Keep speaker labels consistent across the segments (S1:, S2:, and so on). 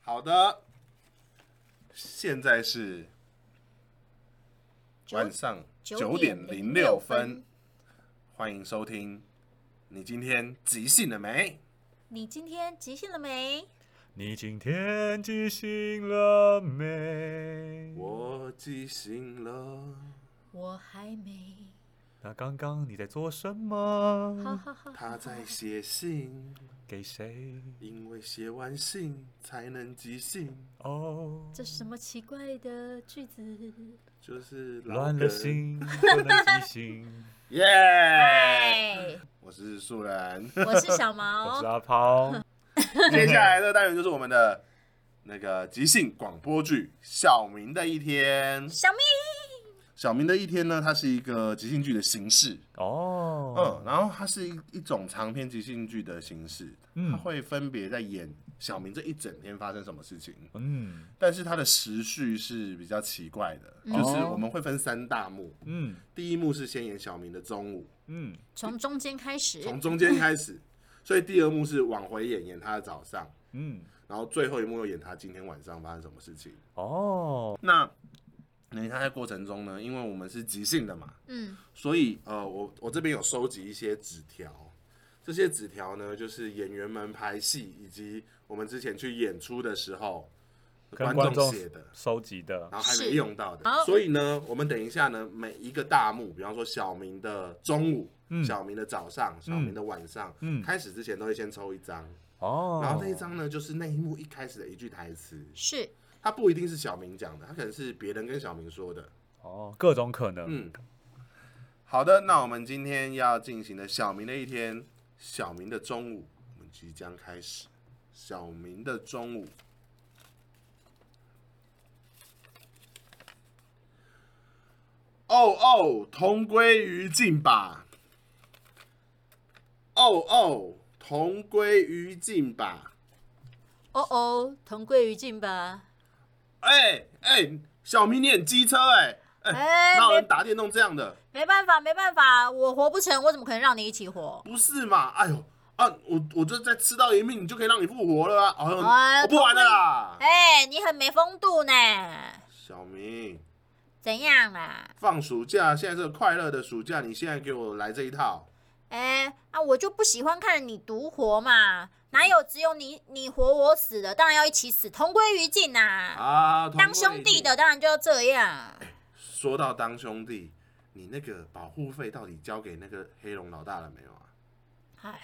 S1: 好的，现在是
S2: 九
S1: 晚上九
S2: 九
S1: 点
S2: 点
S1: 零
S2: 零
S1: 六
S2: 六
S1: 分
S2: 分，
S1: 欢迎收听。你今天即兴了没？
S2: 你今天即兴了没？
S3: 你今天即兴了没？
S1: 我即兴了，
S2: 我还没，
S3: 那刚刚你在做什么？
S2: 哈哈哈哈。
S1: 他在写信，
S3: 给谁？
S1: 因为写完信才能即兴，
S3: 哦，
S2: 这什么奇怪的句子？
S1: 就是老
S3: 乱了
S1: 梗。
S3: 心，不能即 兴。
S1: 耶！
S2: 嗨，
S1: 我是素然，
S2: 哎我是小
S3: 我是
S2: 毛。
S3: 阿抛，
S1: 接下来的单元就是我们的 那个即兴广播剧《小明的一天》。
S2: 小咪，
S1: 小明的一天呢，它是一个即兴剧的形式，嗯
S3: 哦，，
S1: 然后它是一一种长篇即兴剧的形式，它
S3: 嗯
S1: 会分别在演小明这一整天发生什么事情，
S3: 嗯
S1: 但是它的时序是比较奇怪的，就是我们会分三大幕，
S3: 嗯
S1: 第一幕是先演小明的中午，
S3: 嗯，
S2: 从中间开始。
S1: 从中间开始，所以第二幕是往回演演他的早上，
S3: 嗯，
S1: 然后最后一幕又演他今天晚上发生什么事情。
S3: 哦，
S1: 那你看在过程中呢，因为我们是即兴的嘛，
S2: 嗯，
S1: 所以呃，我我这边有收集一些纸条，这些纸条呢，就是演员们排戏以及我们之前去演出的时候
S3: 跟
S1: 观
S3: 观
S1: 众
S3: 众
S1: 写的，
S3: 收集的，
S1: 然后还没
S2: 是
S1: 用到的。
S2: 好
S1: 所以呢，我们等一下呢，每一个大幕，比方说小明的中午、
S3: 嗯
S1: 小明的早上、小明的晚上，
S3: 嗯
S1: 开始之前都会先抽一张，
S3: 哦，
S1: 然后那一张呢，就是那一幕一开始的一句台词，
S2: 是
S1: 它不一定是小明讲的，它可能是别人跟小明说的。
S3: 哦，各种可能，
S1: 嗯，好的，那我们今天要进行的小明的一天，小明的中午，我们即将开始。小明的中午，哦哦，同归于尽吧。哦哦，同归于尽吧。
S2: 哦哦，同归于尽吧。
S1: 哎、哎、小明你很机车哎、哎、
S2: 哎
S1: 哪有人
S2: 没
S1: 打电动这样的？
S2: 没办法，没办法，我活不成，我怎么可能让你一起活？
S1: 不是嘛？哎呦啊，我我就再吃到一命，你就可以让你复活了啊！哎呦，
S2: 哎
S1: 我不玩了啦。
S2: 哎、你很没风度呢。
S1: 小明，
S2: 怎样啊啦？
S1: 放暑假现在是个快乐的暑假，你现在给我来这一套，
S2: 哎、啊，我就不喜欢看你独活嘛，哪有只有你你活我死的？当然要一起死，同归于尽呐、
S1: 啊，同
S2: 当
S1: 归
S2: 兄
S1: 于
S2: 弟
S1: 尽
S2: 的。当然就要这样。
S1: 说到当兄弟，你那个保护费到底交给那个黑龙老大了没有啊？
S2: 哎，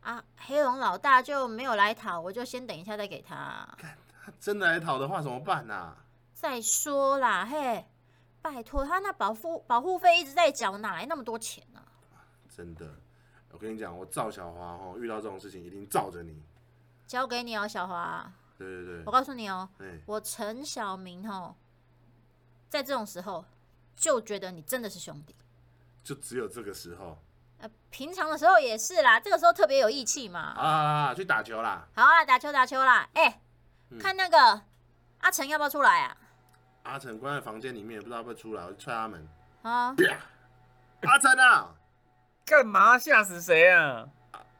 S2: 啊，黑龙老大就没有来讨，我就先等一下再给他。
S1: 他啊真的来讨的话怎么办啊？
S2: 再说啦，嘿，拜托，他那保护保护费一直在缴，哪来那么多钱呢、
S1: 真的，我跟你讲，我赵小华哦，遇到这种事情一定罩着你。
S2: 交给你哦，小华，
S1: 对对对，
S2: 我告诉你哦，
S1: 哎，
S2: 我陈小明哦，在这种时候就觉得你真的是兄弟。
S1: 就只有这个时候
S2: 呃，平常的时候也是啦，这个时候特别有义气嘛。
S1: 啊，去打球啦！
S2: 好啊，打球打球啦！哎、
S1: 嗯
S2: 看那个阿成要不要出来啊？
S1: 阿成关在房间里面，不知道会不会出来，我就踹他门。
S2: 啊，
S1: 阿成啊，
S3: 干嘛吓死谁啊？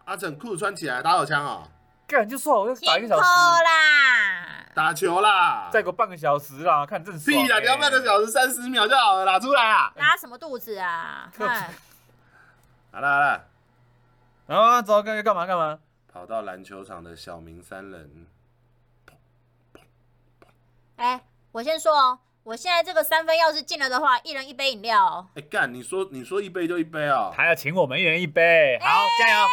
S1: 阿成裤子穿起来，打手枪哦，
S3: 干就算了，我就打一个小时，哎
S2: 啦！
S1: 打球啦，
S3: 再给我半个小时啦，看正爽、
S1: 屁啦，
S3: 欸。
S1: 你要半个小时三十秒就好了啦，出来啊！
S2: 拉什么肚子啊？
S3: 特
S2: 哎，
S1: 好啦好啦，
S3: 啊，走，干干嘛干嘛？
S1: 跑到篮球场的小明三人，
S2: 哎、我先说哦，我现在这个三分要是进了的话，一人一杯饮料、哦。
S1: 哎、干，你说你说一杯就一杯哦。
S3: 还要请我们一人一杯，好，加油！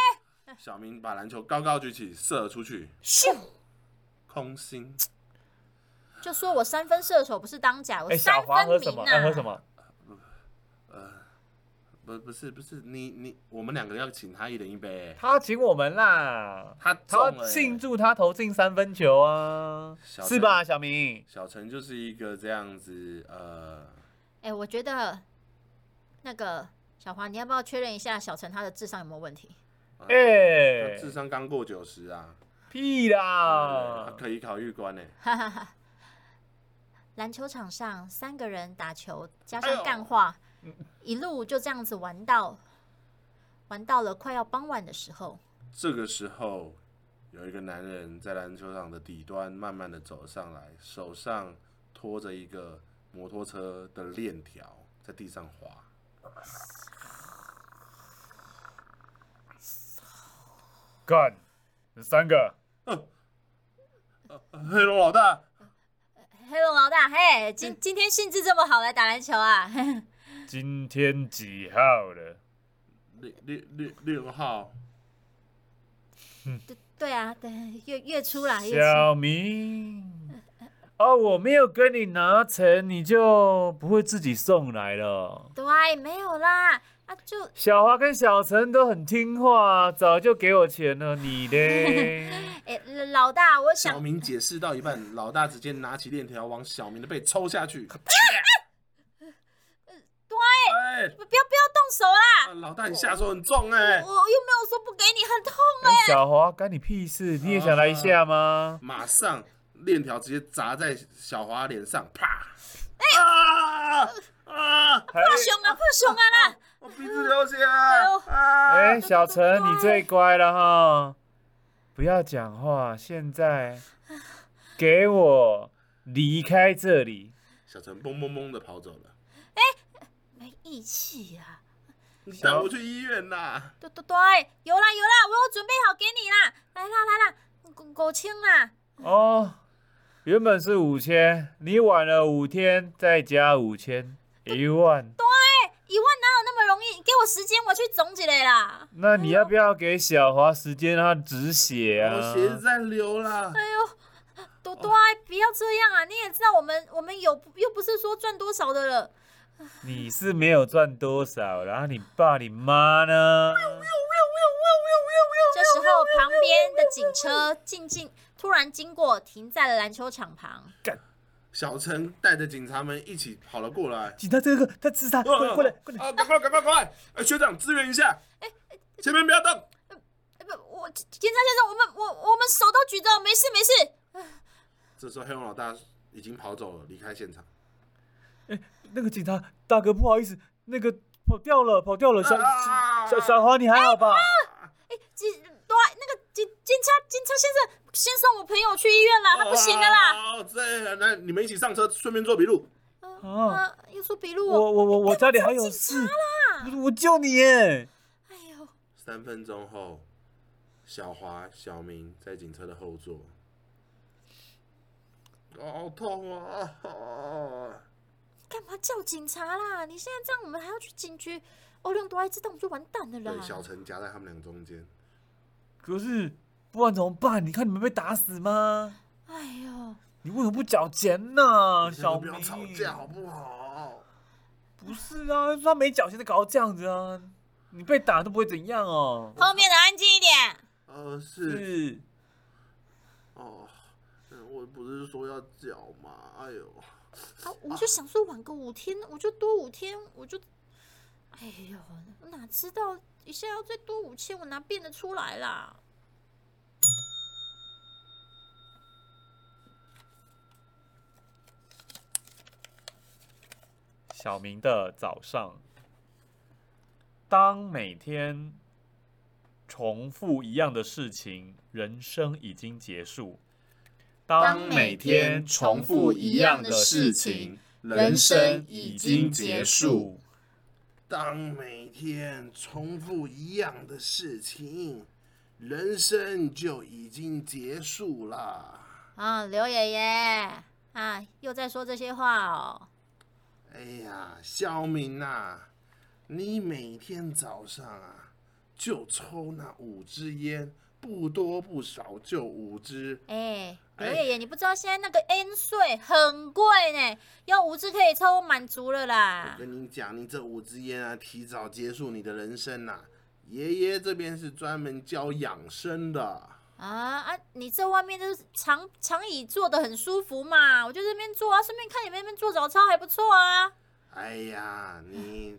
S1: 小明把篮球高高举起，射出去，
S2: 咻！
S1: 空心。
S2: 就说我三分射手不是当家，我
S3: 哎、小
S2: 三
S3: 华喝
S2: 分
S3: 什
S2: 名
S3: 么？
S2: 啊！
S3: 要喝什？么？
S1: 呃，不不是不是，你你我们两个要请他一人一杯、哎
S3: 他请我们啦，
S1: 他
S3: 他
S1: 中了、
S3: 要
S1: 哎
S3: 庆祝他投进三分球啊，
S1: 小
S3: 是吧，小明？
S1: 小陈就是一个这样子，呃，
S2: 哎、我觉得那个小华，你要不要确认一下小陈他的智商有没有问题？
S1: 呃
S3: 哎、
S1: 啊他智商刚过九十啊。
S3: 屁
S1: 他
S3: 啦！
S1: 可以考玉官欸呢、
S2: 哈哈哈。篮球场上三个人打球，加
S1: 哎呦
S2: 上干话，一路就这样子玩到玩到了快要傍晚的时候，
S1: 这个时候，有一个男人在篮球场的底端慢慢的走上来，手上拖着一个摩托车的链条，在地上滑。
S3: 干，三个，
S1: 呃黑龙老大，
S2: 黑龙老大，嘿，今今天兴致这么好来打篮球啊？
S3: 今天几号了？
S1: 六六六六号，
S2: 对对啊，对，月月初啦，月初。
S3: 小明，哦，我没有跟你拿钱，你就不会自己送来了。
S2: 对，没有啦，啊就
S3: 小华跟小陈都很听话，早就给我钱了。你嘞？
S2: 哎、老大，我
S1: 小
S2: 想
S1: 明解释到一半，老大直接拿起链条往小明的背抽下去。对，哎
S2: 不不要不要动手啦，
S1: 啊，老大你下手很重哎、
S2: 我又没有说不给你，很痛啊
S3: 哎小华，干你屁事？你也想来一下吗？
S1: 马上链条直接砸在小华脸上，啪！
S2: 哎
S1: 啊啊！
S3: 还
S2: 破熊啊破熊啊啦！
S1: 我鼻子流血
S2: 哎呦
S1: 啊！啊！
S3: 哎，小陈，你最乖了哈，不要讲话，现在给我离开这里。
S1: 小陈蹦蹦蹦的跑走了，
S2: 没义气啊！
S1: 你带我去医院啦！
S2: 对对对，有啦有啦，我有准备好给你啦，来啦来啦，五五千啦，
S3: 哦，原本是五千，你晚了五天，再加五千，一万。
S2: 一万哪有那么容易？给我时间，我去总结来啦。
S3: 那你要不要给小华时间让他止血啊？
S1: 我鞋子在流啦！
S2: 哎呦，多多啊，不要这样啊！你也知道我们我们有又不是说赚多少的了，
S3: 你是没有赚多少，然后你爸你妈呢？
S2: 这时候，旁边的警车静静突然经过，停在了篮球场旁。
S1: 小陈带着警察们一起跑了过来。
S3: 警察这个他自杀，过来过来过来！
S1: 啊！赶快赶快赶快！哎，学长支援一下！
S2: 哎
S1: 前面不要动！
S2: 呃不，我警察先生，我们我我们手都举着，没事没事。
S1: 这时候黑龙老大已经跑走了，离开现场。
S3: 那个警察大哥，不好意思，那个跑掉了，跑掉了。小
S1: 啊哎
S3: 小小华，你还好吧？
S2: 警对那个警警察警察先生，先送我朋友去医院啦，他不行了啦。
S1: 好，哦这来你们一起上车，顺便做笔录。
S3: 啊，
S2: 啊，又说比如
S3: 我
S2: 我，
S3: 我我我家里还有事，我我救你耶！
S2: 哎呦，
S1: 三分钟后，小华、小明在警车的后座，好痛啊！啊
S2: 干嘛叫警察啦？你现在这样，我们还要去警局，欧亮多一自动就完蛋了
S1: 对，
S2: 啦。
S1: 小陈夹在他们俩中间。
S3: 可是不然怎么办？你看你们被打死吗？
S2: 哎呦，
S3: 你为什么不缴钱呢，
S1: 你们
S3: 啊小
S1: 不
S3: 明？
S1: 要吵架哦好不好？
S3: 不是啊，他没缴钱才搞这样子啊！你被打都不会怎样哦。
S2: 后面的安静一点。
S1: 呃，是
S3: 是，
S1: 哦，嗯我不是说要缴吗？哎呦，
S2: 啊，我就想说晚个五天，我就多五天，我就，哎呦，我哪知道一下要再多五千，我哪变得出来啦？
S3: 小明的早上，当每天重复一样的事情，人生已经结束。
S2: 当每天重复一样的事情，人生已经结束。
S1: 当每天重复一样的事情，人生就已经结束啦。
S2: 啊，刘爷爷啊，又在说这些话哦。
S1: 哎呀，小明啊，你每天早上啊，就抽那五支烟，不多不少就五支。
S2: 哎，刘
S1: 哎
S2: 爷爷，你不知道现在那个 N 税很贵呢，要五支可以超满足了啦
S1: 我。跟你讲，你这五支烟啊，提早结束你的人生呐、爷爷这边是专门教养生的。
S2: 啊啊，你这外面就是长长椅坐的很舒服嘛，我就这边坐啊，顺便看你们那边做早操还不错啊。
S1: 哎呀，你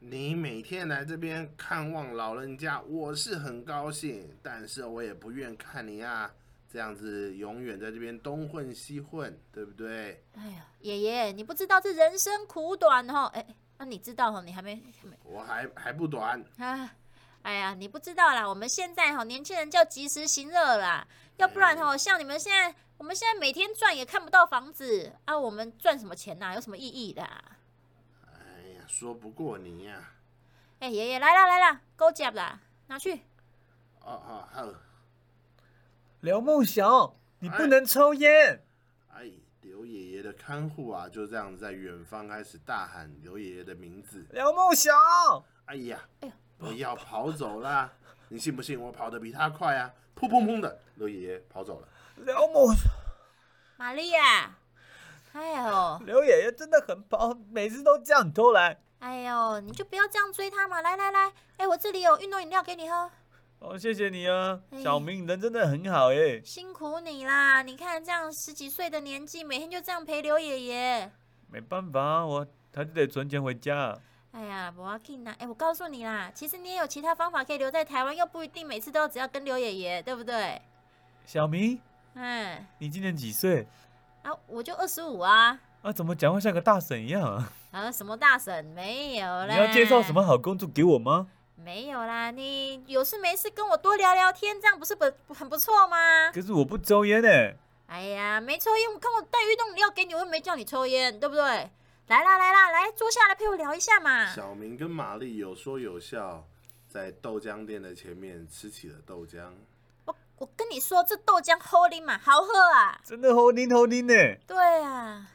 S1: 你每天来这边看望老人家，我是很高兴，但是我也不愿看你啊，这样子永远在这边东混西混，对不对？
S2: 哎呀，爷爷，你不知道这人生苦短哦。哎，那、你知道哦？你还没还没
S1: 我还还不短，
S2: 啊？哎呀，你不知道啦，我们现在哈年轻人叫及时行乐啦，要不然哈像你们现在，我们现在每天赚也看不到房子啊，我们赚什么钱呐、有什么意义啊啦？
S1: 哎呀，说不过你呀、
S2: 哎，爷爷来啦来啦，勾夹啦，拿去。
S1: 哦哦好，
S3: 刘梦雄，你不能抽烟。
S1: 哎，刘爷爷的看护啊，就这样在远方开始大喊刘爷爷的名字。
S3: 刘梦雄，
S1: 哎呀，
S2: 哎呦
S1: 我要跑走啦！你信不信我跑得比他快啊？砰砰砰的，刘爷爷跑走了。
S3: 刘梦，
S2: 玛利亚，哎呦，
S3: 刘爷爷真的很棒，每次都这样偷懒。
S2: 哎呦，你就不要这样追他嘛！来来来，哎，我这里有运动饮料给你喝，
S3: 哦，谢谢你啊
S2: 哎，
S3: 小明，你人真的很好耶。
S2: 辛苦你啦！你看这样十几岁的年纪，每天就这样陪刘爷爷，
S3: 没办法啊，我还是得存钱回家啊。
S2: 哎呀，不要紧啦！哎，我告诉你啦，其实你也有其他方法可以留在台湾，又不一定每次都要只要跟刘爷爷，对不对？
S3: 小明，
S2: 嗯，
S3: 你今年几岁？
S2: 啊，我就二十五啊，
S3: 啊，怎么讲话像个大婶一样啊？
S2: 啊，什么大婶没有啦？
S3: 你要介绍什么？好工作给我吗？
S2: 没有啦，你有事没事跟我多聊聊天，这样不是不很不错吗？
S3: 可是我不抽烟哎。
S2: 哎呀，没抽烟，我看我带运动饮料给你，我又没叫你抽烟，对不对？来啦来啦，来坐下来陪我聊一下嘛。
S1: 小明跟玛丽有说有笑，在豆浆店的前面吃起了豆浆。
S2: 我我跟你说，这豆浆 Holy 嘛，好喝啊。
S3: 真的好拎好拎呢。
S2: 对啊，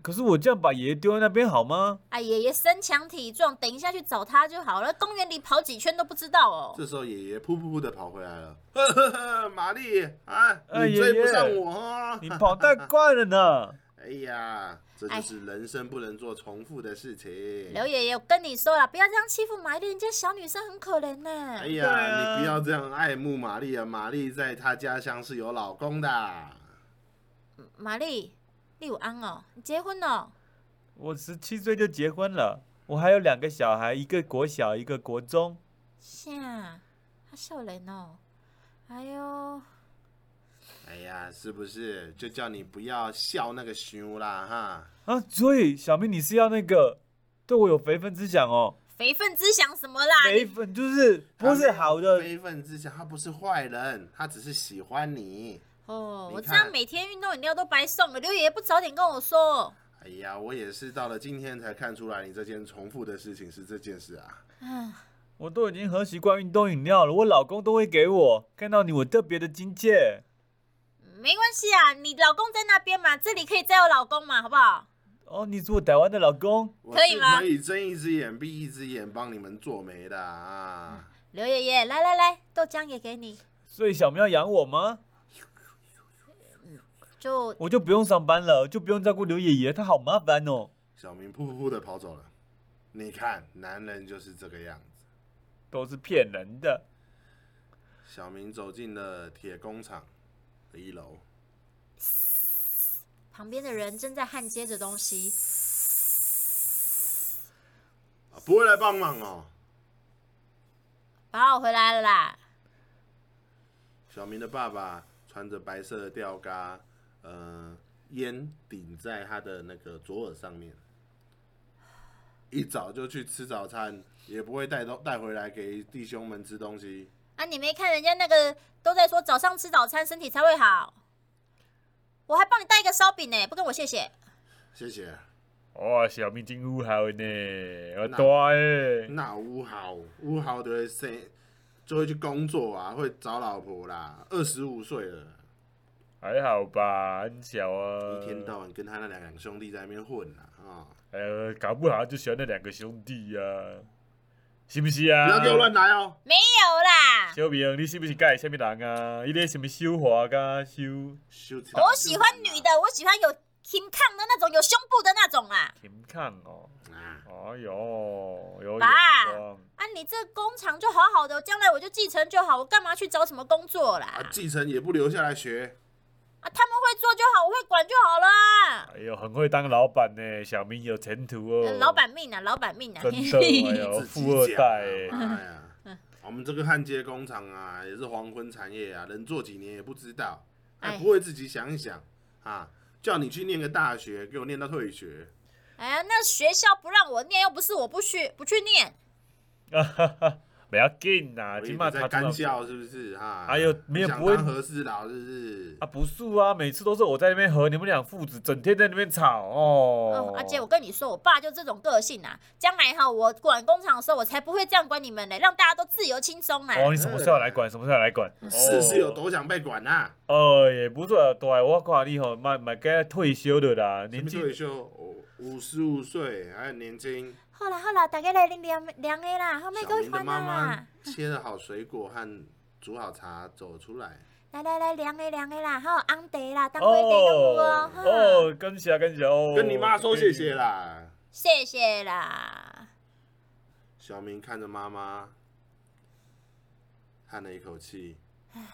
S3: 可是我这样把爷爷丢在那边好吗？
S2: 啊爷爷身强体壮，等一下去找他就好了。公园里跑几圈都不知道哦。
S1: 这时候爷爷噗噗噗的跑回来了，呵呵 呵，玛丽啊，
S3: 哎
S1: 你追不上
S3: 爷爷
S1: 我哦！
S3: 你跑太快了呢。
S1: 哎呀，这
S2: 哎
S1: 就是人生不能做重复的事情。
S2: 刘爷爷，我跟你说了，不要这样欺负玛丽，人家小女生很可怜呢、
S1: 哎
S2: 哎
S1: 呀，
S3: 对啊
S1: 你不要这样爱慕玛丽啊！玛丽在她家乡是有老公的。
S2: 玛丽，你有安哦，你结婚哦？
S3: 我十七岁就结婚了，我还有两个小孩，一个国小，一个国中。
S2: 啥？他笑人哦。哎呦，
S1: 哎呀，是不是就叫你不要笑那个熊啦哈？
S3: 啊，所以小明你是要那个对我有非分之想哦？
S2: 肥分之想什么啦？
S3: 非分就是不是好的
S1: 非分之想，他不是坏人，他只是喜欢你。
S2: 哦，
S1: 你
S2: 我这
S1: 看
S2: 样每天运动饮料都白送了，刘爷爷不早点跟我说。
S1: 哎呀，我也是到了今天才看出来，你这件重复的事情是这件事啊。
S2: 嗯，
S3: 我都已经喝习惯运动饮料了，我老公都会给我。看到你，我特别的亲切。
S2: 没关系啊，你老公在那边嘛，这里可以再有老公嘛，好不好？
S3: 哦，你是我台湾的老公，
S1: 我
S2: 可以
S1: 是
S2: 吗
S1: 可以睁一只眼闭一只眼帮你们做媒的啊。
S2: 刘爷爷，来来来，豆浆也给你，
S3: 所以小明要养我吗？
S2: 就
S3: 我就不用上班了，就不用照顾刘爷爷，他好麻烦哦。
S1: 小明噗噗噗的跑走了。你看，男人就是这个样子。
S3: 都是骗人的。
S1: 小明走进了铁工厂的一楼，
S2: 旁边的人正在焊接着东西。
S1: 啊，不会来帮忙哦。
S2: 爸，我回来了啦。
S1: 小明的爸爸穿着白色的吊嘎，呃，烟顶在他的那个左耳上面。一早就去吃早餐，也不会带东带回来给弟兄们吃东西。
S2: 啊，你没看人家那个都在说早上吃早餐身体才会好，我还帮你带一个烧饼呢，不跟我谢谢。
S1: 谢谢。
S3: 哇，哦小明真有好呢，我
S1: 那
S3: 大诶。
S1: 那乌豪，乌豪就会生，就会去工作啊，会找老婆啦。二十五岁了，
S3: 还好吧，很小啊
S1: 一天到晚跟他那两两兄弟在那边混啦啊、
S3: 呃，搞不好就喜欢那两个兄弟呀、是不是啊？
S1: 不要给我乱来哦！
S2: 没有啦，
S3: 小明，你是不是介什么人啊？伊咧什么修华噶修
S1: 羞耻
S2: 我喜欢女的，我喜欢有 Kim 抗的那种，有胸部的那种啦。
S3: 田康哦？
S1: 啊！
S3: 哎呦，有眼
S2: 爸
S3: 光。
S2: 啊，你这工厂就好好的，将来我就继承就好，我干嘛去找什么工作啦？
S1: 啊，继承也不留下来学，
S2: 啊，他们会做就好，我会管就好了啊。
S3: 哎呦，很会当老板呢，小明有前途哦。
S2: 呃老板命啊，老板命啊！
S3: 真的，哎 呦，
S1: 自己
S3: 富二
S1: 讲
S3: 代
S1: 啊
S3: 哎。
S1: 妈呀！我们这个焊接工厂啊，也是黄昏产业啊，能做几年也不知道，还
S2: 哎
S1: 不会自己想一想啊！叫你去念个大学，给我念到退学，
S2: 哎呀，那学校不让我念，又不是我不去不去念。
S3: 不要紧啦，
S1: 我以
S3: 今
S1: 为
S3: 嘛
S1: 在
S3: 啊他
S1: 干笑是不是哈？
S3: 哎呦没有
S1: 想
S3: 不会
S1: 当和事佬是不是？
S3: 啊，不是啊，每次都是我在那边和你们俩父子整天在那边吵哦
S2: 哦，。阿姐，我跟你说，我爸就这种个性啊。将来哈，我管工厂的时候，我才不会这样管你们嘞，让大家都自由轻松啦。
S3: 哦，你什么时候来管？什么时候来管？
S1: 嗯是是有
S3: 哦
S1: 多想被管啊呐？
S3: 哦，也不是啊，对，我看你吼，买买该退休的啦，
S1: 什
S3: 年
S1: 么
S3: 纪
S1: 退休，哦五十五岁还很年轻。
S2: 好啦好啦，大家来凉凉凉的啦，后面
S1: 小
S2: 各
S1: 明
S2: 位
S1: 的
S2: 团
S1: 妈
S2: 啦
S1: 妈，切了好水果和煮好茶走出来，
S2: 来来来凉的凉的啦，还有红茶啦，当归茶都有哦。哈
S3: 哦，跟起来跟起来哦，
S1: 跟你妈说谢谢。啦。
S2: 谢谢啦。
S1: 小明看着妈妈，叹了一口气，嗯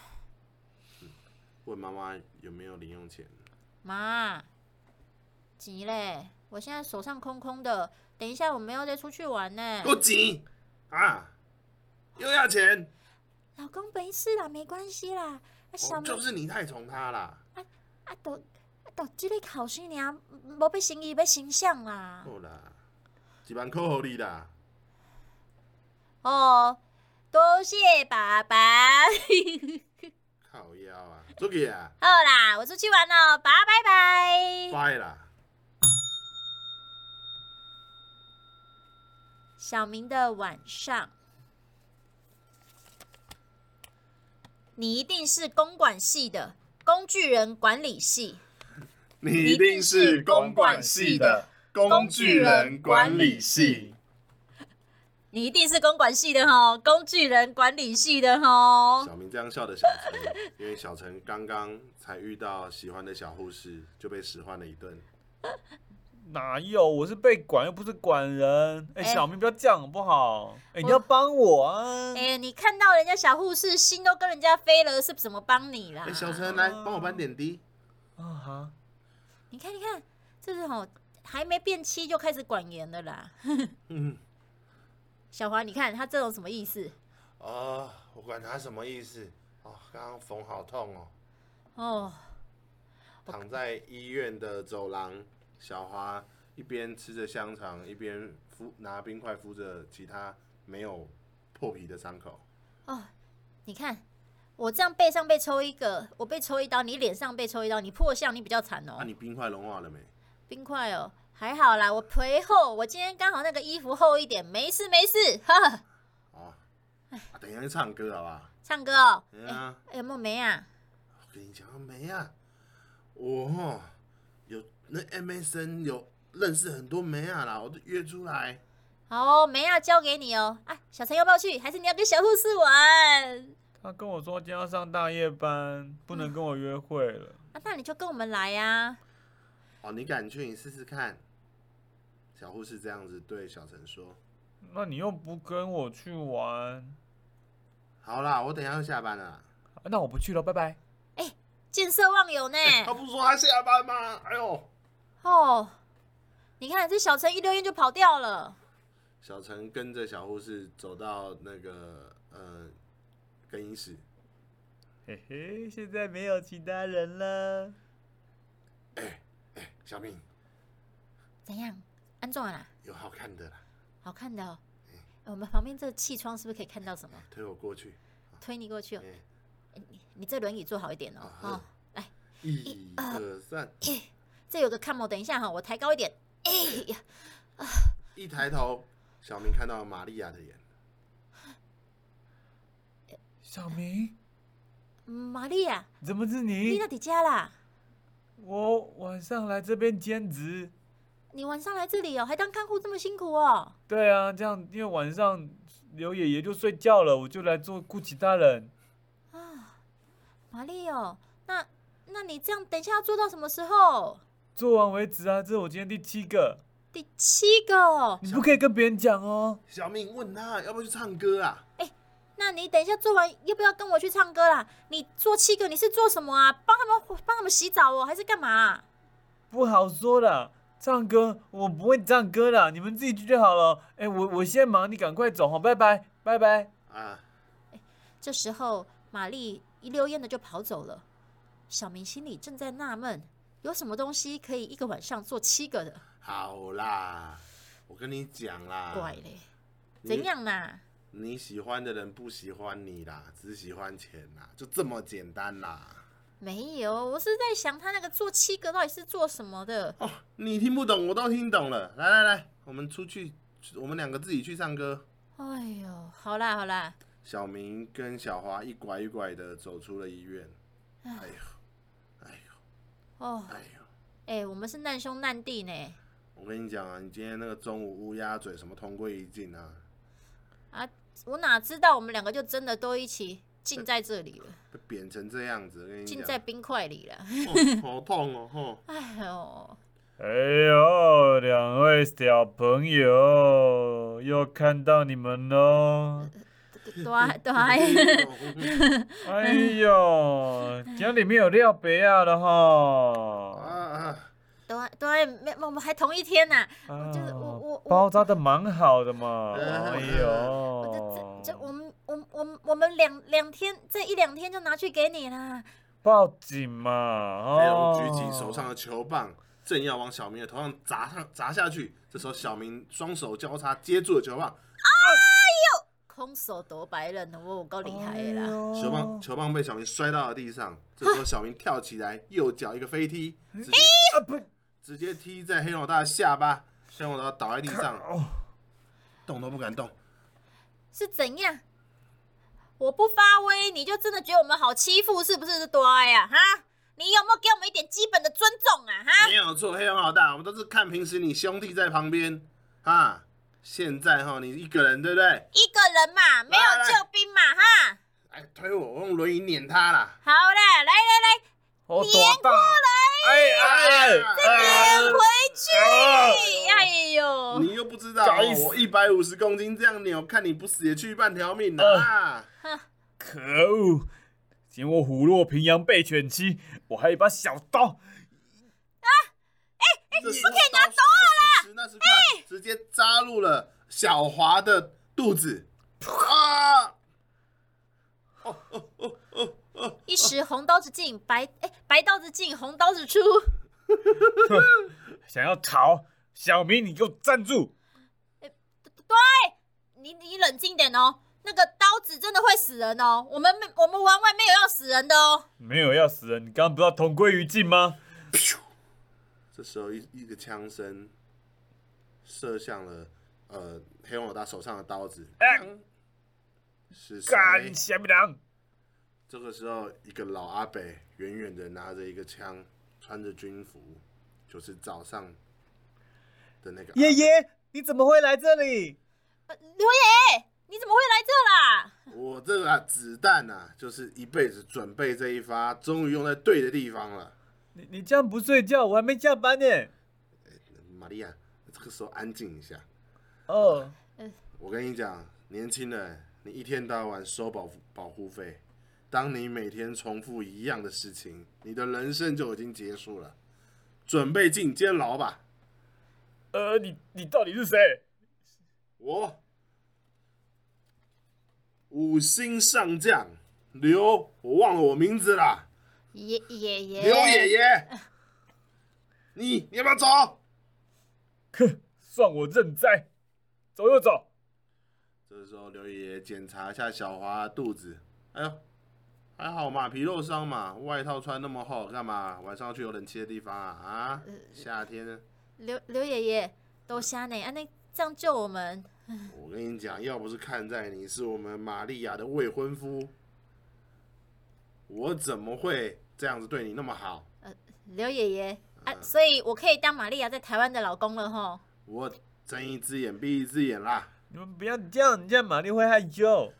S1: 问妈妈有没有零用钱。
S2: 妈，急嘞！我现在手上空空的，等一下我们要再出去玩呢。
S1: 不急啊，又要钱，
S2: 老公没事啦，没关系啦。啊，小
S1: 哦
S2: 明、
S1: 就是你太宠他啦。
S2: 啊，都啊都这个考试尔，无要生意，要形象啦。
S1: 好啦，一万块给你啦。
S2: 哦，多谢爸爸。
S1: 靠腰啊，出去啊，
S2: 好啦，我出去玩了，爸，拜拜。
S1: 拜啦。
S2: 小明的晚上，你一定是公管系的，工具人管理系。
S1: 你
S2: 一定是公管系的工具人管理
S1: 系。
S2: 你一定是公管系的吼，工具人管理系的吼。
S1: 小明这样笑的小陈，因为小陈刚刚才遇到喜欢的小护士，就被使唤了一顿。
S3: 哎哪有？我是被管，又不是管人。哎、
S2: 哎
S3: 小明不要这样好不好？哎、你
S2: 我
S3: 要帮我啊！
S2: 哎、你看到人家小护士心都跟人家飞了，是怎么帮你啦？
S1: 哎、小陈来帮我搬点滴。
S3: 啊哈，
S2: 你看，你看，这是吼还没变七就开始管严了啦。
S1: 嗯，
S2: 小华，你看他这种什么意思？
S1: 哦，我管他什么意思。哦，刚刚缝好痛哦。
S2: 哦，
S1: 躺在医院的走廊，小华一边吃着香肠，一边敷拿冰块敷着其他没有破皮的伤口。
S2: 哦，你看我这样背上被抽一个，我被抽一刀，你脸上被抽一刀，你破相你比较惨哦。
S1: 啊，你冰块融化了没？
S2: 冰块哦，还好啦，我腿厚，我今天刚好那个衣服厚一点，没事没事，呵呵。
S1: 啊，啊等一下去唱歌好不好？
S2: 唱歌哦，
S1: 哎呀，
S2: 哎、有没有没啊？
S1: 我跟你讲，没啊，我哦有那 MSN 有认识很多梅啊啦，我都约出来。
S2: 好哦，梅亚交给你哦。啊，小陈要不要去？还是你要跟小护士玩？
S3: 他跟我说今天要上大夜班，不能跟我约会了。
S2: 啊，那你就跟我们来啊呀、
S1: 哦，你敢去？你试试看。小护士这样子对小陈说
S3: 那你又不跟我去玩，：“
S1: 好啦，我等一下要下班了啦。
S3: 啊那我不去了，拜拜。
S2: 见色忘友呢。
S1: 他不是说他下班吗？哎呦，
S2: 哦，你看这小陈一溜烟就跑掉了。
S1: 小陈跟着小护士走到那个呃更衣室。
S3: 嘿嘿，现在没有其他人了。
S1: 哎，小明
S2: 怎样？安重了啦，
S1: 有好看的啦，
S2: 好看的哦。哎我们旁边这气窗是不是可以看到什么？
S1: 推我过去。
S2: 推你过去哦
S1: 哎、。
S2: 哎你你这轮椅坐好一点哦
S1: 啊。
S2: 哦，
S1: 一二三，
S2: 这有个看 o 等一下哈，我抬高一点。哎呀，
S1: 一抬头，小明看到了玛利亚的眼。
S3: 小明，
S2: 嗯玛丽亚，
S3: 怎么是
S2: 丽
S3: 你
S2: 娜？迪家啦，
S3: 我晚上来这边兼职。
S2: 你晚上来这里哦，还当看护这么辛苦哦。
S3: 对啊，这样因为晚上刘爷爷就睡觉了，我就来做顾其他人。
S2: 啊，玛丽哦，那那你这样，等一下要做到什么时候？
S3: 做完为止啊！这是我今天第七个，
S2: 第七个哦，
S3: 你不可以跟别人讲哦。
S1: 小明问他要不要去唱歌啊？
S2: 那你等一下做完，要不要跟我去唱歌啦？你做七个，你是做什么啊？帮他们帮他们洗澡哦，还是干嘛啊、
S3: 不好说啦，唱歌我不会唱歌啦，你们自己去就好了。哎、我我现在忙，你赶快走哈，拜拜拜拜。
S1: 啊，
S2: 这时候，玛丽一溜烟的就跑走了。小明心里正在纳闷，有什么东西可以一个晚上做七个的？
S1: 好啦，我跟你讲啦，
S2: 怪嘞，
S1: 你
S2: 怎样啦？
S1: 你喜欢的人不喜欢你啦，只喜欢钱啦，就这么简单啦。
S2: 没有，我是在想他那个做七个到底是做什么的。
S1: 哦，你听不懂，我都听懂了。来来来，我们出去，我们两个自己去唱歌。
S2: 哎呦，好啦好啦，
S1: 小明跟小华一拐一拐的走出了医院。哎呦，哎呦，
S2: 哦，
S1: 哎呦！
S2: 哎、我们是难兄难弟呢。
S1: 我跟你讲啊，你今天那个中午乌鸦嘴什么同归于尽啊，
S2: 啊，我哪知道我们两个就真的都一起浸在这里了，
S1: 被扁成这样子，我跟你
S2: 浸
S1: 讲，
S2: 在冰块里了。
S1: 哦好痛哦！ 吼
S2: 哎呦，
S3: 哎呦，两位小朋友，又看到你们 喽！
S2: 啊 对
S1: 哎
S2: 对，
S1: 呦
S3: 哎呦，家里面有料杯啊了哈！
S1: 啊！
S2: 对对，没，我们还同一天呐、
S3: 啊
S2: 就是 我我我
S3: 包扎的蛮好的 嘛。
S1: 嗯
S3: 哎
S2: 我
S3: 呦，
S2: 这这这，我们我我们我们两两天，这一两天就拿去给你啦。
S3: 报警嘛！
S1: 还有
S3: 哦，
S1: 举起手上的球棒，正要往小明的头上砸上砸下去，这时候小明双手交叉接住了球棒，
S2: 空手夺白刃，我有够厉害
S3: 哎
S2: 的啦！
S3: 呦，
S1: 球棒球棒被小明摔到了地上。这时候小明跳起来，右脚一个飞踢，直接
S3: 啊不，
S1: 直接踢在黑老大的下巴，黑老大倒在地上，
S3: 哦，
S1: 动都不敢动。
S2: 是怎样？我不发威，你就真的觉得我们好欺负是不是？多呀、哈！你有没有给我们一点基本的尊重啊？哈！
S1: 没有错，黑龙老大，我们都是看平时你兄弟在旁边啊。现在哈，你一个人对不对？
S2: 一个人嘛，没有救兵嘛，哈！
S1: 哎，推我，我用轮椅撵他啦！
S2: 好啦，来来来，
S3: 我
S2: 粘
S3: 多大？哦哎哎哎！
S1: 呃
S2: 粘回去！哎呦，
S1: 你又不知道，
S3: 该死
S1: 我一百五十公斤这样扭，看你不死也去半条命啦、
S3: 呃
S1: 啊！
S3: 可恶！嫌我虎落平阳被犬欺，我还有一把小刀。
S1: 这是不可以拿走我啦！那是块直接扎入了小华的肚子啊！
S2: 一时红刀子进白，哎、白刀子进红刀子出。
S3: 想要逃，小明你给我站住！
S2: 你你冷静点哦，那个刀子真的会死人哦。我们没我们玩外没有要死人的哦。
S3: 没有要死人，你刚刚不是要同归于尽吗？
S1: 这时候一一个枪声射向了呃黑龙老大手上的刀子，
S3: 哎
S1: 是谁？
S3: 干虾米狼！
S1: 这个时候，一个老阿北远远的拿着一个枪，穿着军服，就是早上的那个阿伯。
S3: 爷，你怎么会来这里？
S2: 呃刘爷，你怎么会来这啦？
S1: 我这个、啊、子弹啊，就是一辈子准备这一发，终于用在对的地方了。
S3: 你你这样不睡觉，我还没下班呢。
S1: 玛利亚，这个时候安静一下。
S3: 哦，
S1: 我跟你讲，年轻人，你一天到晚收保护保护费，当你每天重复一样的事情，你的人生就已经结束了。准备进监牢吧！
S3: 呃，你你到底是谁？
S1: 我五星上将刘，我忘了我名字啦，
S2: 爷爷爷，
S1: 刘爷爷。你你要不要走？
S3: 哼，算我认栽。走就走。
S1: 这时候刘爷爷检查一下小华的肚子，哎呦，还好嘛，皮肉伤嘛，外套穿那么厚干嘛？晚上去有冷气的地方啊啊！夏天，
S2: 刘刘爷爷，都瞎呢，啊那这样救我们，
S1: 我跟你讲，要不是看在你是我们玛利亚的未婚夫，我怎么会这样子对你那么好？
S2: 刘爷爷
S1: 呃
S2: 啊，所以我可以当玛利亚在台湾的老公了吼。
S1: 我睁一只眼闭一只眼啦。
S3: 你们不要这样，你这样玛丽会害羞。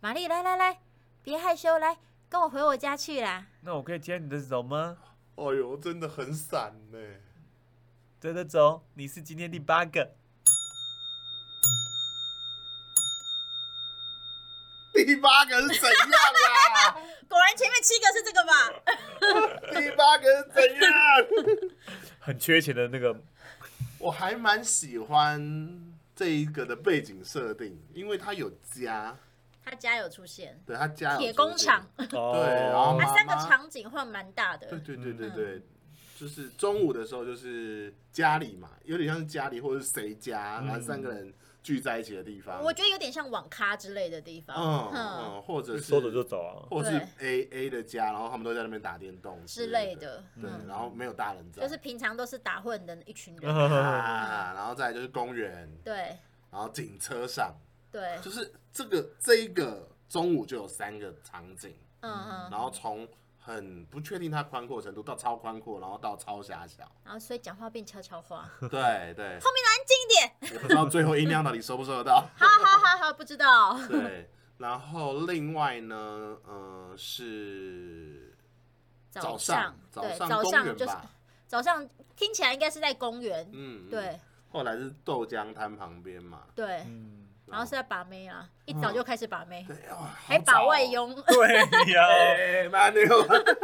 S2: 玛丽，来来来，别害羞，来跟我回我家去啦。
S3: 那我可以牵你的手吗？
S1: 哎呦，真的很闪呢、
S3: 走走走，你是今天第八个。
S1: 第八个是怎样 啦？
S2: 果然前面七个是这个吧？
S1: 第八个是怎样？
S3: 很缺钱的那个
S1: 我还蛮喜欢这一个的背景设定，因为它有家，
S2: 他家有出现
S1: 对，它家有
S2: 铁工厂，
S3: 哦
S1: 对然后
S2: 他
S1: 妈
S2: 三个嗯
S1: 妈
S2: 场景换蛮大
S1: 出现。
S2: 的。
S1: 对对对对
S3: 嗯
S1: 对，就是中午的时候就是家里嘛，有点像是家里或者是谁家，然后三个人聚在一起的地方。
S2: 我觉得有点像网咖之类的地方，
S1: 嗯
S2: 哼
S1: 嗯，或者是
S3: 说走就走啊。
S1: 或是
S2: 对
S1: A A 的家，然后他们都在那边打电动
S2: 之类
S1: 类。
S2: 的，
S1: 对
S2: 嗯，，
S1: 然后没有大人在，
S2: 就是平常都是打混的一群人，
S3: 嗯
S1: 啊，然后再来就是公园，
S2: 对
S1: 然后警车上，
S2: 对，
S1: 就是这个这一个中午就有三个场景，
S2: 嗯嗯，
S1: 然后从很不确定它宽阔程度到超宽阔，然后到超狭 小，
S2: 然后所以讲话变悄悄话，
S1: 对对，
S2: 安静一点，，
S1: 也不知道最后音量到底收不收得到
S2: 好好好好，不知道，
S1: 对。然后另外呢，呃，是早
S2: 上，
S1: 早
S2: 对，
S1: 上
S2: 早
S1: 公
S2: 上
S1: 园
S2: 就是
S1: 吧，
S2: 早上听起来应该是在公园，
S1: 嗯，嗯。
S2: 对
S1: 后来是豆浆摊旁边嘛，
S2: 对，
S3: 嗯，
S2: 然后是在把妹啊，一早就开始把妹，
S1: 对，哎哇，
S2: 还
S1: 好
S2: 把
S1: 早
S2: 外
S1: 哦，
S2: 佣、
S3: 对呀，
S1: 哎，蛮牛，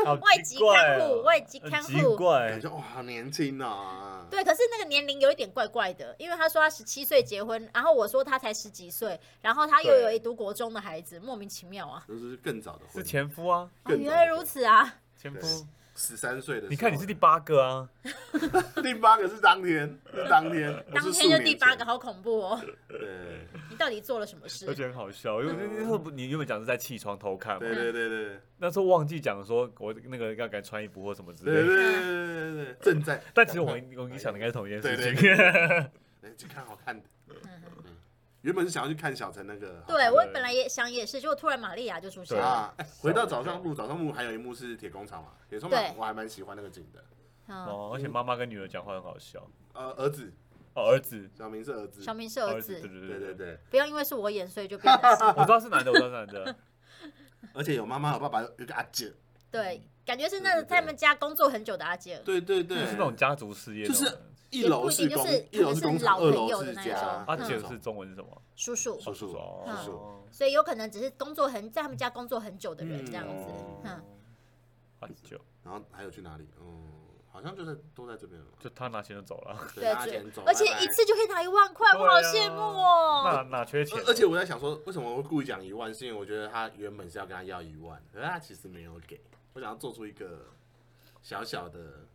S3: 好
S2: 外籍
S3: 奇怪
S2: 看护
S3: 哦，
S2: 外籍
S3: 很
S2: 看
S3: 奇
S2: 护
S1: 感
S3: 怪，
S1: 觉哇，好年轻哦。
S2: 对，可是那个年龄有一点怪怪的，因为他说他十七岁结婚，然后我说他才十几岁，然后他又
S3: 对
S2: 有一读国中的孩子，莫名其妙啊！
S1: 就是更早的婚，
S3: 是前夫啊，
S2: 哦，
S1: 更
S2: 原来如此啊！
S3: 前
S1: 对
S3: 夫，
S1: 十三岁的时候。
S3: 你看你是第八个啊，
S1: 第八个是当天，是当天，
S3: 哦
S2: 当
S1: 不是
S2: 天就
S1: 数年
S2: 第八
S1: 前
S2: 个，。好恐怖 哦！
S1: 对
S2: 你到底做了什么事
S3: 而？且很好笑，因为因为因为你原本讲是在气窗偷看嘛，
S1: 对对对对
S3: 那时候忘记讲说我那个要该穿衣服或什么之
S1: 对对
S3: 类的，
S1: 对对对对，正在，
S3: 但其实我们我们想的应该是同一件事
S1: 对
S3: 情，
S1: 哎去看好看的。
S2: 嗯哼
S1: 原本是想要去看小陈那个，好
S2: 对
S1: 看
S2: 我本来也想也是，结果突然玛利亚就出现
S3: 对
S2: 了。
S1: 啊，哎回到早上路，早上路还有一幕是铁工厂嘛，铁工厂
S2: 对
S1: 我还蛮喜欢那个景的。
S2: 嗯，
S3: 哦，而且妈妈跟女儿讲话很好笑，
S1: 呃，儿子，
S3: 哦，儿子，哦
S1: 小明是儿子
S2: 小，明是
S3: 儿
S2: 儿
S3: 子，对
S2: 子，
S1: 对
S3: 对对
S1: 对
S3: 对，
S1: 对，
S2: 不要因为是我演，所以就变成 是
S3: 我知道是男的，我知道是男的，
S1: 而且有妈妈有爸爸有个阿姐，
S2: 对，感觉是
S1: 对
S2: 那
S1: 对
S2: 个
S1: 对
S2: 在他们家工作很久的阿姐。
S1: 对对对，
S3: 就是那种家族事业那
S1: 就是
S3: 种的。
S1: 一楼是工
S2: 也不一定，
S1: 一楼是工厂，
S2: 可
S1: 二
S2: 能是老
S1: 楼
S2: 朋友的
S1: 是
S2: 那一
S1: 家
S2: 种，
S3: 阿
S2: 嗯
S3: 姐是中文是什么？
S2: 叔叔，
S1: 叔叔
S3: 哦
S2: 叔
S1: 叔
S2: 所以有可能只是工作很在他们家工作很久的人
S1: 嗯
S2: 这样子。
S1: 哦
S2: 嗯，
S3: 阿九，
S1: 然后还有去哪里？嗯，好像就是都在这边了吧。
S3: 就他拿钱就走了，
S2: 对
S1: 大家
S2: 对
S1: 先走，
S2: 而且
S1: 拜拜
S2: 一次就可以拿一万块，我
S3: 对啊
S2: 好羡慕哦。
S3: 那哪缺钱？
S1: 而而且我在想说，为什么我会故意讲一万？是因为我觉得他原本是要跟他要一万，可是他其实没有给。我想要做出一个小小的，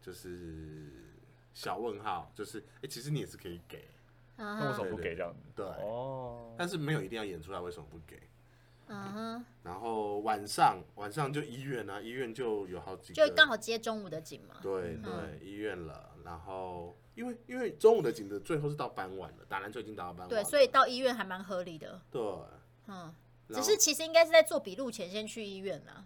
S1: 就是小问号，就是哎、诶其实你也是可以给，
S2: 嗯
S3: 那为什
S2: 哼，
S3: 么不给这样子？
S1: 对
S3: 哦，
S1: 但是没有一定要演出来，为什么不给？
S2: 嗯哼，
S1: 然后晚上晚上就医院啊，医院就有好几个，
S2: 就刚好接中午的景嘛。
S1: 对
S2: 嗯
S1: 对医院了。然后因为因为中午的景的最后是到傍晚了，打篮球已经打到傍晚了，
S2: 对，所以到医院还蛮合理的。
S1: 对，
S2: 嗯，
S1: 然
S2: 只
S1: 后
S2: 是其实应该是在做笔录前先去医院啦。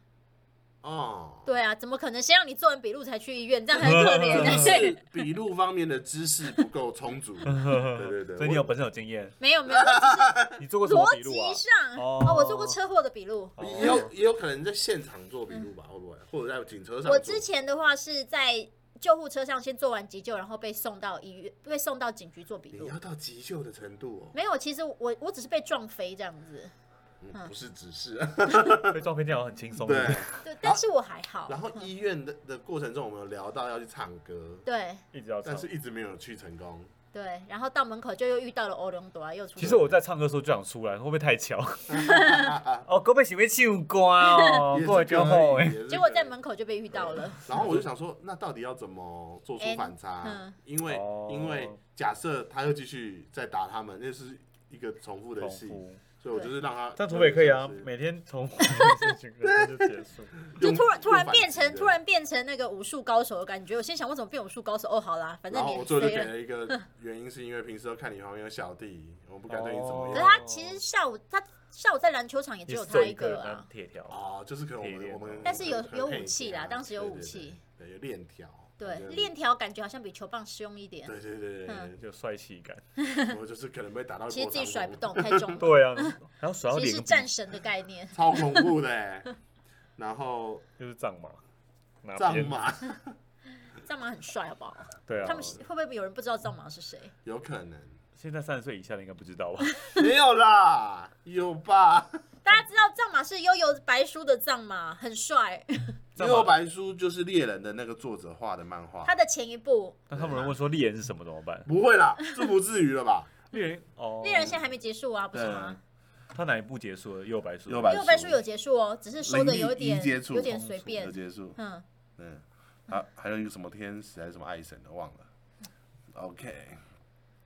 S1: 哦，
S2: 对啊，怎么可能先让你做完笔录才去医院？这样很可怜啊
S1: 就呃
S2: 对
S1: 是笔录方面的知识不够充足。
S3: 哦
S1: 对对对，
S3: 所以你有本身有经验，
S2: 没有没有，只
S3: 你做过
S2: 是
S3: 什么
S2: 逻
S3: 笔录啊
S2: 辑？上
S3: 哦
S2: 哦，我做过车祸的笔录。
S1: 我
S3: 哦
S1: 也有也有可能在现场做笔录吧，会不会？或者在警车上做？
S2: 我之前的话是在救护车上先做完急救，然后被送到医院，被送到警局做笔
S1: 你
S2: 录
S1: 要。到急救的程度哦，
S2: 没有，其实我我只是被撞飞这样子，
S1: 嗯，不是只是。
S3: 被撞飞这样很轻松，
S1: 对，
S2: 对，但是我还好。
S1: 然后医院的的过程中，我们有聊到要去唱歌，
S2: 对
S3: 一直要唱
S1: 但。是一直没有去成功。
S2: 对，然后到门口就又遇到了欧龙朵啊，又出。
S3: 其实我在唱歌的时候就想出来，会不会 太巧？哦，各位喜欢唱歌 哦，各位就好哎。
S1: 哎
S2: 结果在。门口就被遇到了。
S1: 然后我就想说，那到底要怎么做出反差
S2: 嗯？
S1: 因为
S3: 哦
S1: 因为假设他又继续再打他们，那是一个重复的
S3: 重
S1: 戏，
S3: 复，
S1: 所以我就是让他
S3: 这样除非也可以啊
S1: 就是，
S3: 每天重复一件事情，然后就结束。
S2: 就
S1: 用
S2: 突然突然变
S1: 用反
S2: 成
S1: 击的
S2: 突然变成那个武术高手的感觉，我心想为什么变武术高手？哦，好啦，反
S1: 然
S2: 正
S1: 后我
S2: 你
S1: 最后就
S2: 飞
S1: 给
S2: 了。
S1: 了一个 原因，是因为平时都看你旁边有小弟，我不敢对你怎么
S2: 可是
S1: 样。
S2: 他其实下午他下午在篮球场也只
S3: 你
S2: 有
S3: 是
S2: 他
S3: 做一
S2: 一
S3: 个
S2: 个
S3: 人当
S2: 啊，
S3: 铁条，
S1: 哦，就是可能我
S3: 铁
S1: 们
S3: 链
S1: 我们，
S2: 但是有
S1: 很
S2: 有
S1: 很
S2: 武器
S1: 配
S2: 啦
S1: 合啊
S2: 当时有
S1: 对
S2: 武
S1: 对
S2: 器
S1: 对，对有链条，
S2: 对，
S1: 反正
S2: 链，条感觉好像比球棒实用一点，
S1: 对对对对
S2: 嗯
S3: 有帅气感。
S1: 对，我就是可能被打到，
S2: 其实自己甩不，动，太 重了，
S3: 对啊，然后甩到
S2: 其
S3: 脸
S2: 实是
S3: 跟
S2: 战神的概念。
S1: 超恐怖的欸。然后
S3: 就是藏马，哪
S1: 藏
S3: 边？
S1: 马
S2: 藏马很帅，好不好？
S3: 对啊，
S2: 他们会不会有人不知道藏马是谁？
S1: 有可能
S3: 现在三十岁以下的应该不知道吧？
S1: 没有啦，有吧？
S2: 大家知道藏马是悠悠白书的藏马，很帅。
S1: 《六白书》就是猎人的那个作者画的漫画
S2: 他，的前一
S1: 哦
S2: 部
S3: 那他们问说猎人是什么怎么办？
S1: 不会啦，这不至于了吧？
S3: 猎人哦，
S2: 《猎人》现在还没结束啊，不是
S1: 对
S2: 吗？
S3: 他哪一部结束了？右白书，
S1: 右白
S2: 因为白书有结束哦，只是收的有
S1: 灵异
S2: 点
S1: 一接啊触哦
S2: 有点随
S1: 有
S2: 便。
S1: 结束，
S2: 嗯，
S1: 嗯，还还有一个什么天使还是什么爱神的忘了。OK，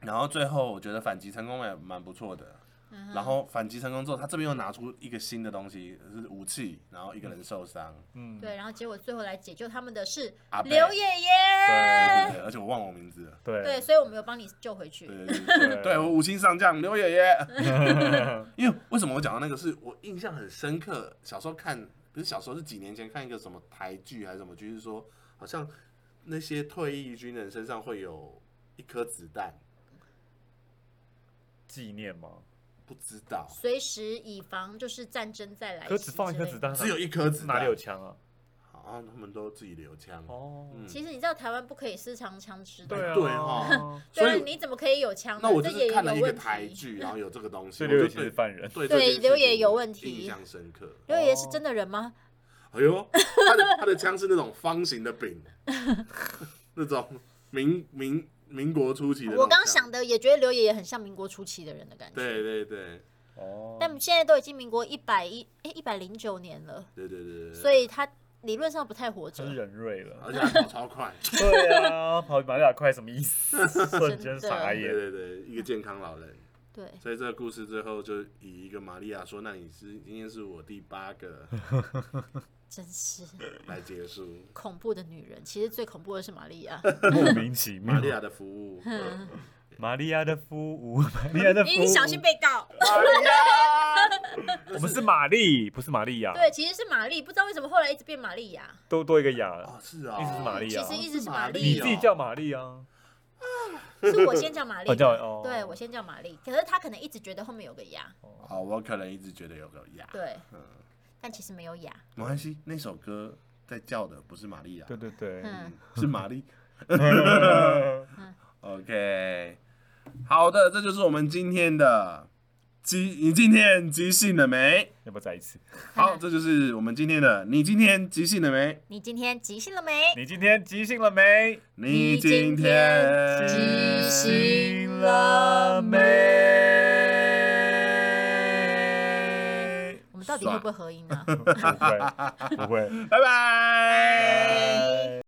S1: 然后最后我觉得反击成功也蛮不错的。
S2: 嗯哼
S1: 然后反击成功之后，他这边又拿出一个新的东西，是武器，然后一个人受伤。
S3: 嗯，
S2: 对，然后结果最后来解救他们的是
S1: 阿贝
S2: 刘爷
S1: 对对
S2: 爷。
S1: 对，而且我忘我名字了。
S3: 对
S2: 对，所以我没有帮你救回去。
S1: 对对对对，对我五星上将刘爷 爷。因为为什么我讲到那个是我印象很深刻，小时候看不是小时候是几年前看一个什么台剧还是什么剧，就是说好像那些退役军人身上会有一颗子弹，
S3: 纪念吗？
S1: 不知道
S2: 随时以防就是战争再来袭之类的。
S3: 可只放一颗子弹，啊
S1: 只有一颗子弹，
S3: 哪里有枪啊？
S1: 好像他们都自己留枪。
S3: 哦，
S1: 嗯
S2: 其实你知道台湾不可以私藏枪支的，
S3: 对啊，
S1: 对哦
S2: 对啊，
S1: 所以
S2: 你怎么可以有枪呢？
S1: 那我
S2: 这
S1: 就
S2: 也
S1: 是看了
S2: 有
S1: 一个
S2: 问
S1: 台
S2: 题。
S1: 剧，然后有这个东西，
S3: 所
S1: 我
S3: 以刘
S1: 就
S3: 野其实
S1: 对
S3: 是犯人，
S1: 对这
S2: 对
S1: 件事
S2: 刘
S1: 情
S2: 野有问题
S1: 印象深刻。
S2: 刘爷爷
S1: 哦
S2: 是真的人吗？
S1: 哎呦，他的 他的枪是那种方形的柄， 那种民民民国初期的那种枪。
S2: 我刚想的也觉得刘爷爷很像民国初期的人的感觉。
S1: 对对对
S3: 哦，
S2: 但现在都已经民国一百一哎一百零九年了，
S1: 对对对对，对
S2: 所以他理论上不太活
S3: 他是
S2: 着。
S3: 人瑞了
S1: 而。且还跑超快，
S3: 对啊，跑马里亚快什么意思？瞬间傻
S1: 对
S3: 眼。
S1: 对对，一个健康老人。
S2: 对，
S1: 所以这个故事最后就以一个玛利亚说：“那你是今天是我第八 个
S2: 真是
S1: 来结束
S2: 恐怖的女人。其实最恐怖的是玛利 亚，
S3: 莫名其妙
S1: 玛利，亚的服 务。嗯”
S3: 玛利亚的服务，玛利亚的服
S2: 你
S3: 务，
S2: 你小心被告。
S3: 啊
S1: 玛利亚，
S3: 我们是玛丽，不是玛利亚，
S2: 对，其实是玛丽，不知道为什么后来一直变玛利亚。
S3: 都多一个亚，
S1: 哦是啊，
S3: 一直是玛利亚
S2: 其实一直是玛
S1: 是玛
S3: 你
S1: 丽
S2: 丽
S1: 哦，
S3: 自己叫玛丽啊。
S2: 是我先叫玛丽
S3: 哦叫
S2: 的。
S3: 哦
S2: 对，我先叫玛丽。可是她可能一直觉得后面有个牙，
S1: 好，我可能一直觉得有个牙，
S2: 对，
S1: 嗯，
S2: 但其实没有牙。
S1: 没关系，那首歌在叫的不是玛利亚，
S3: 对对对，
S2: 嗯，
S1: 是玛丽。OK，好的，这就是我们今天的即你今天即兴了 没？
S3: 要不要再一次？
S1: 好，这就是我们今天的你今天即兴了没？
S2: 你今天即兴了没？
S3: 你今天即兴了没？
S1: 你今
S2: 今
S1: 天
S2: 天
S1: 即
S2: 即
S1: 兴
S2: 兴
S1: 了
S2: 了
S1: 没？
S2: 我们到底会不会合音呢、啊？
S3: 不会，不会。
S1: 拜拜。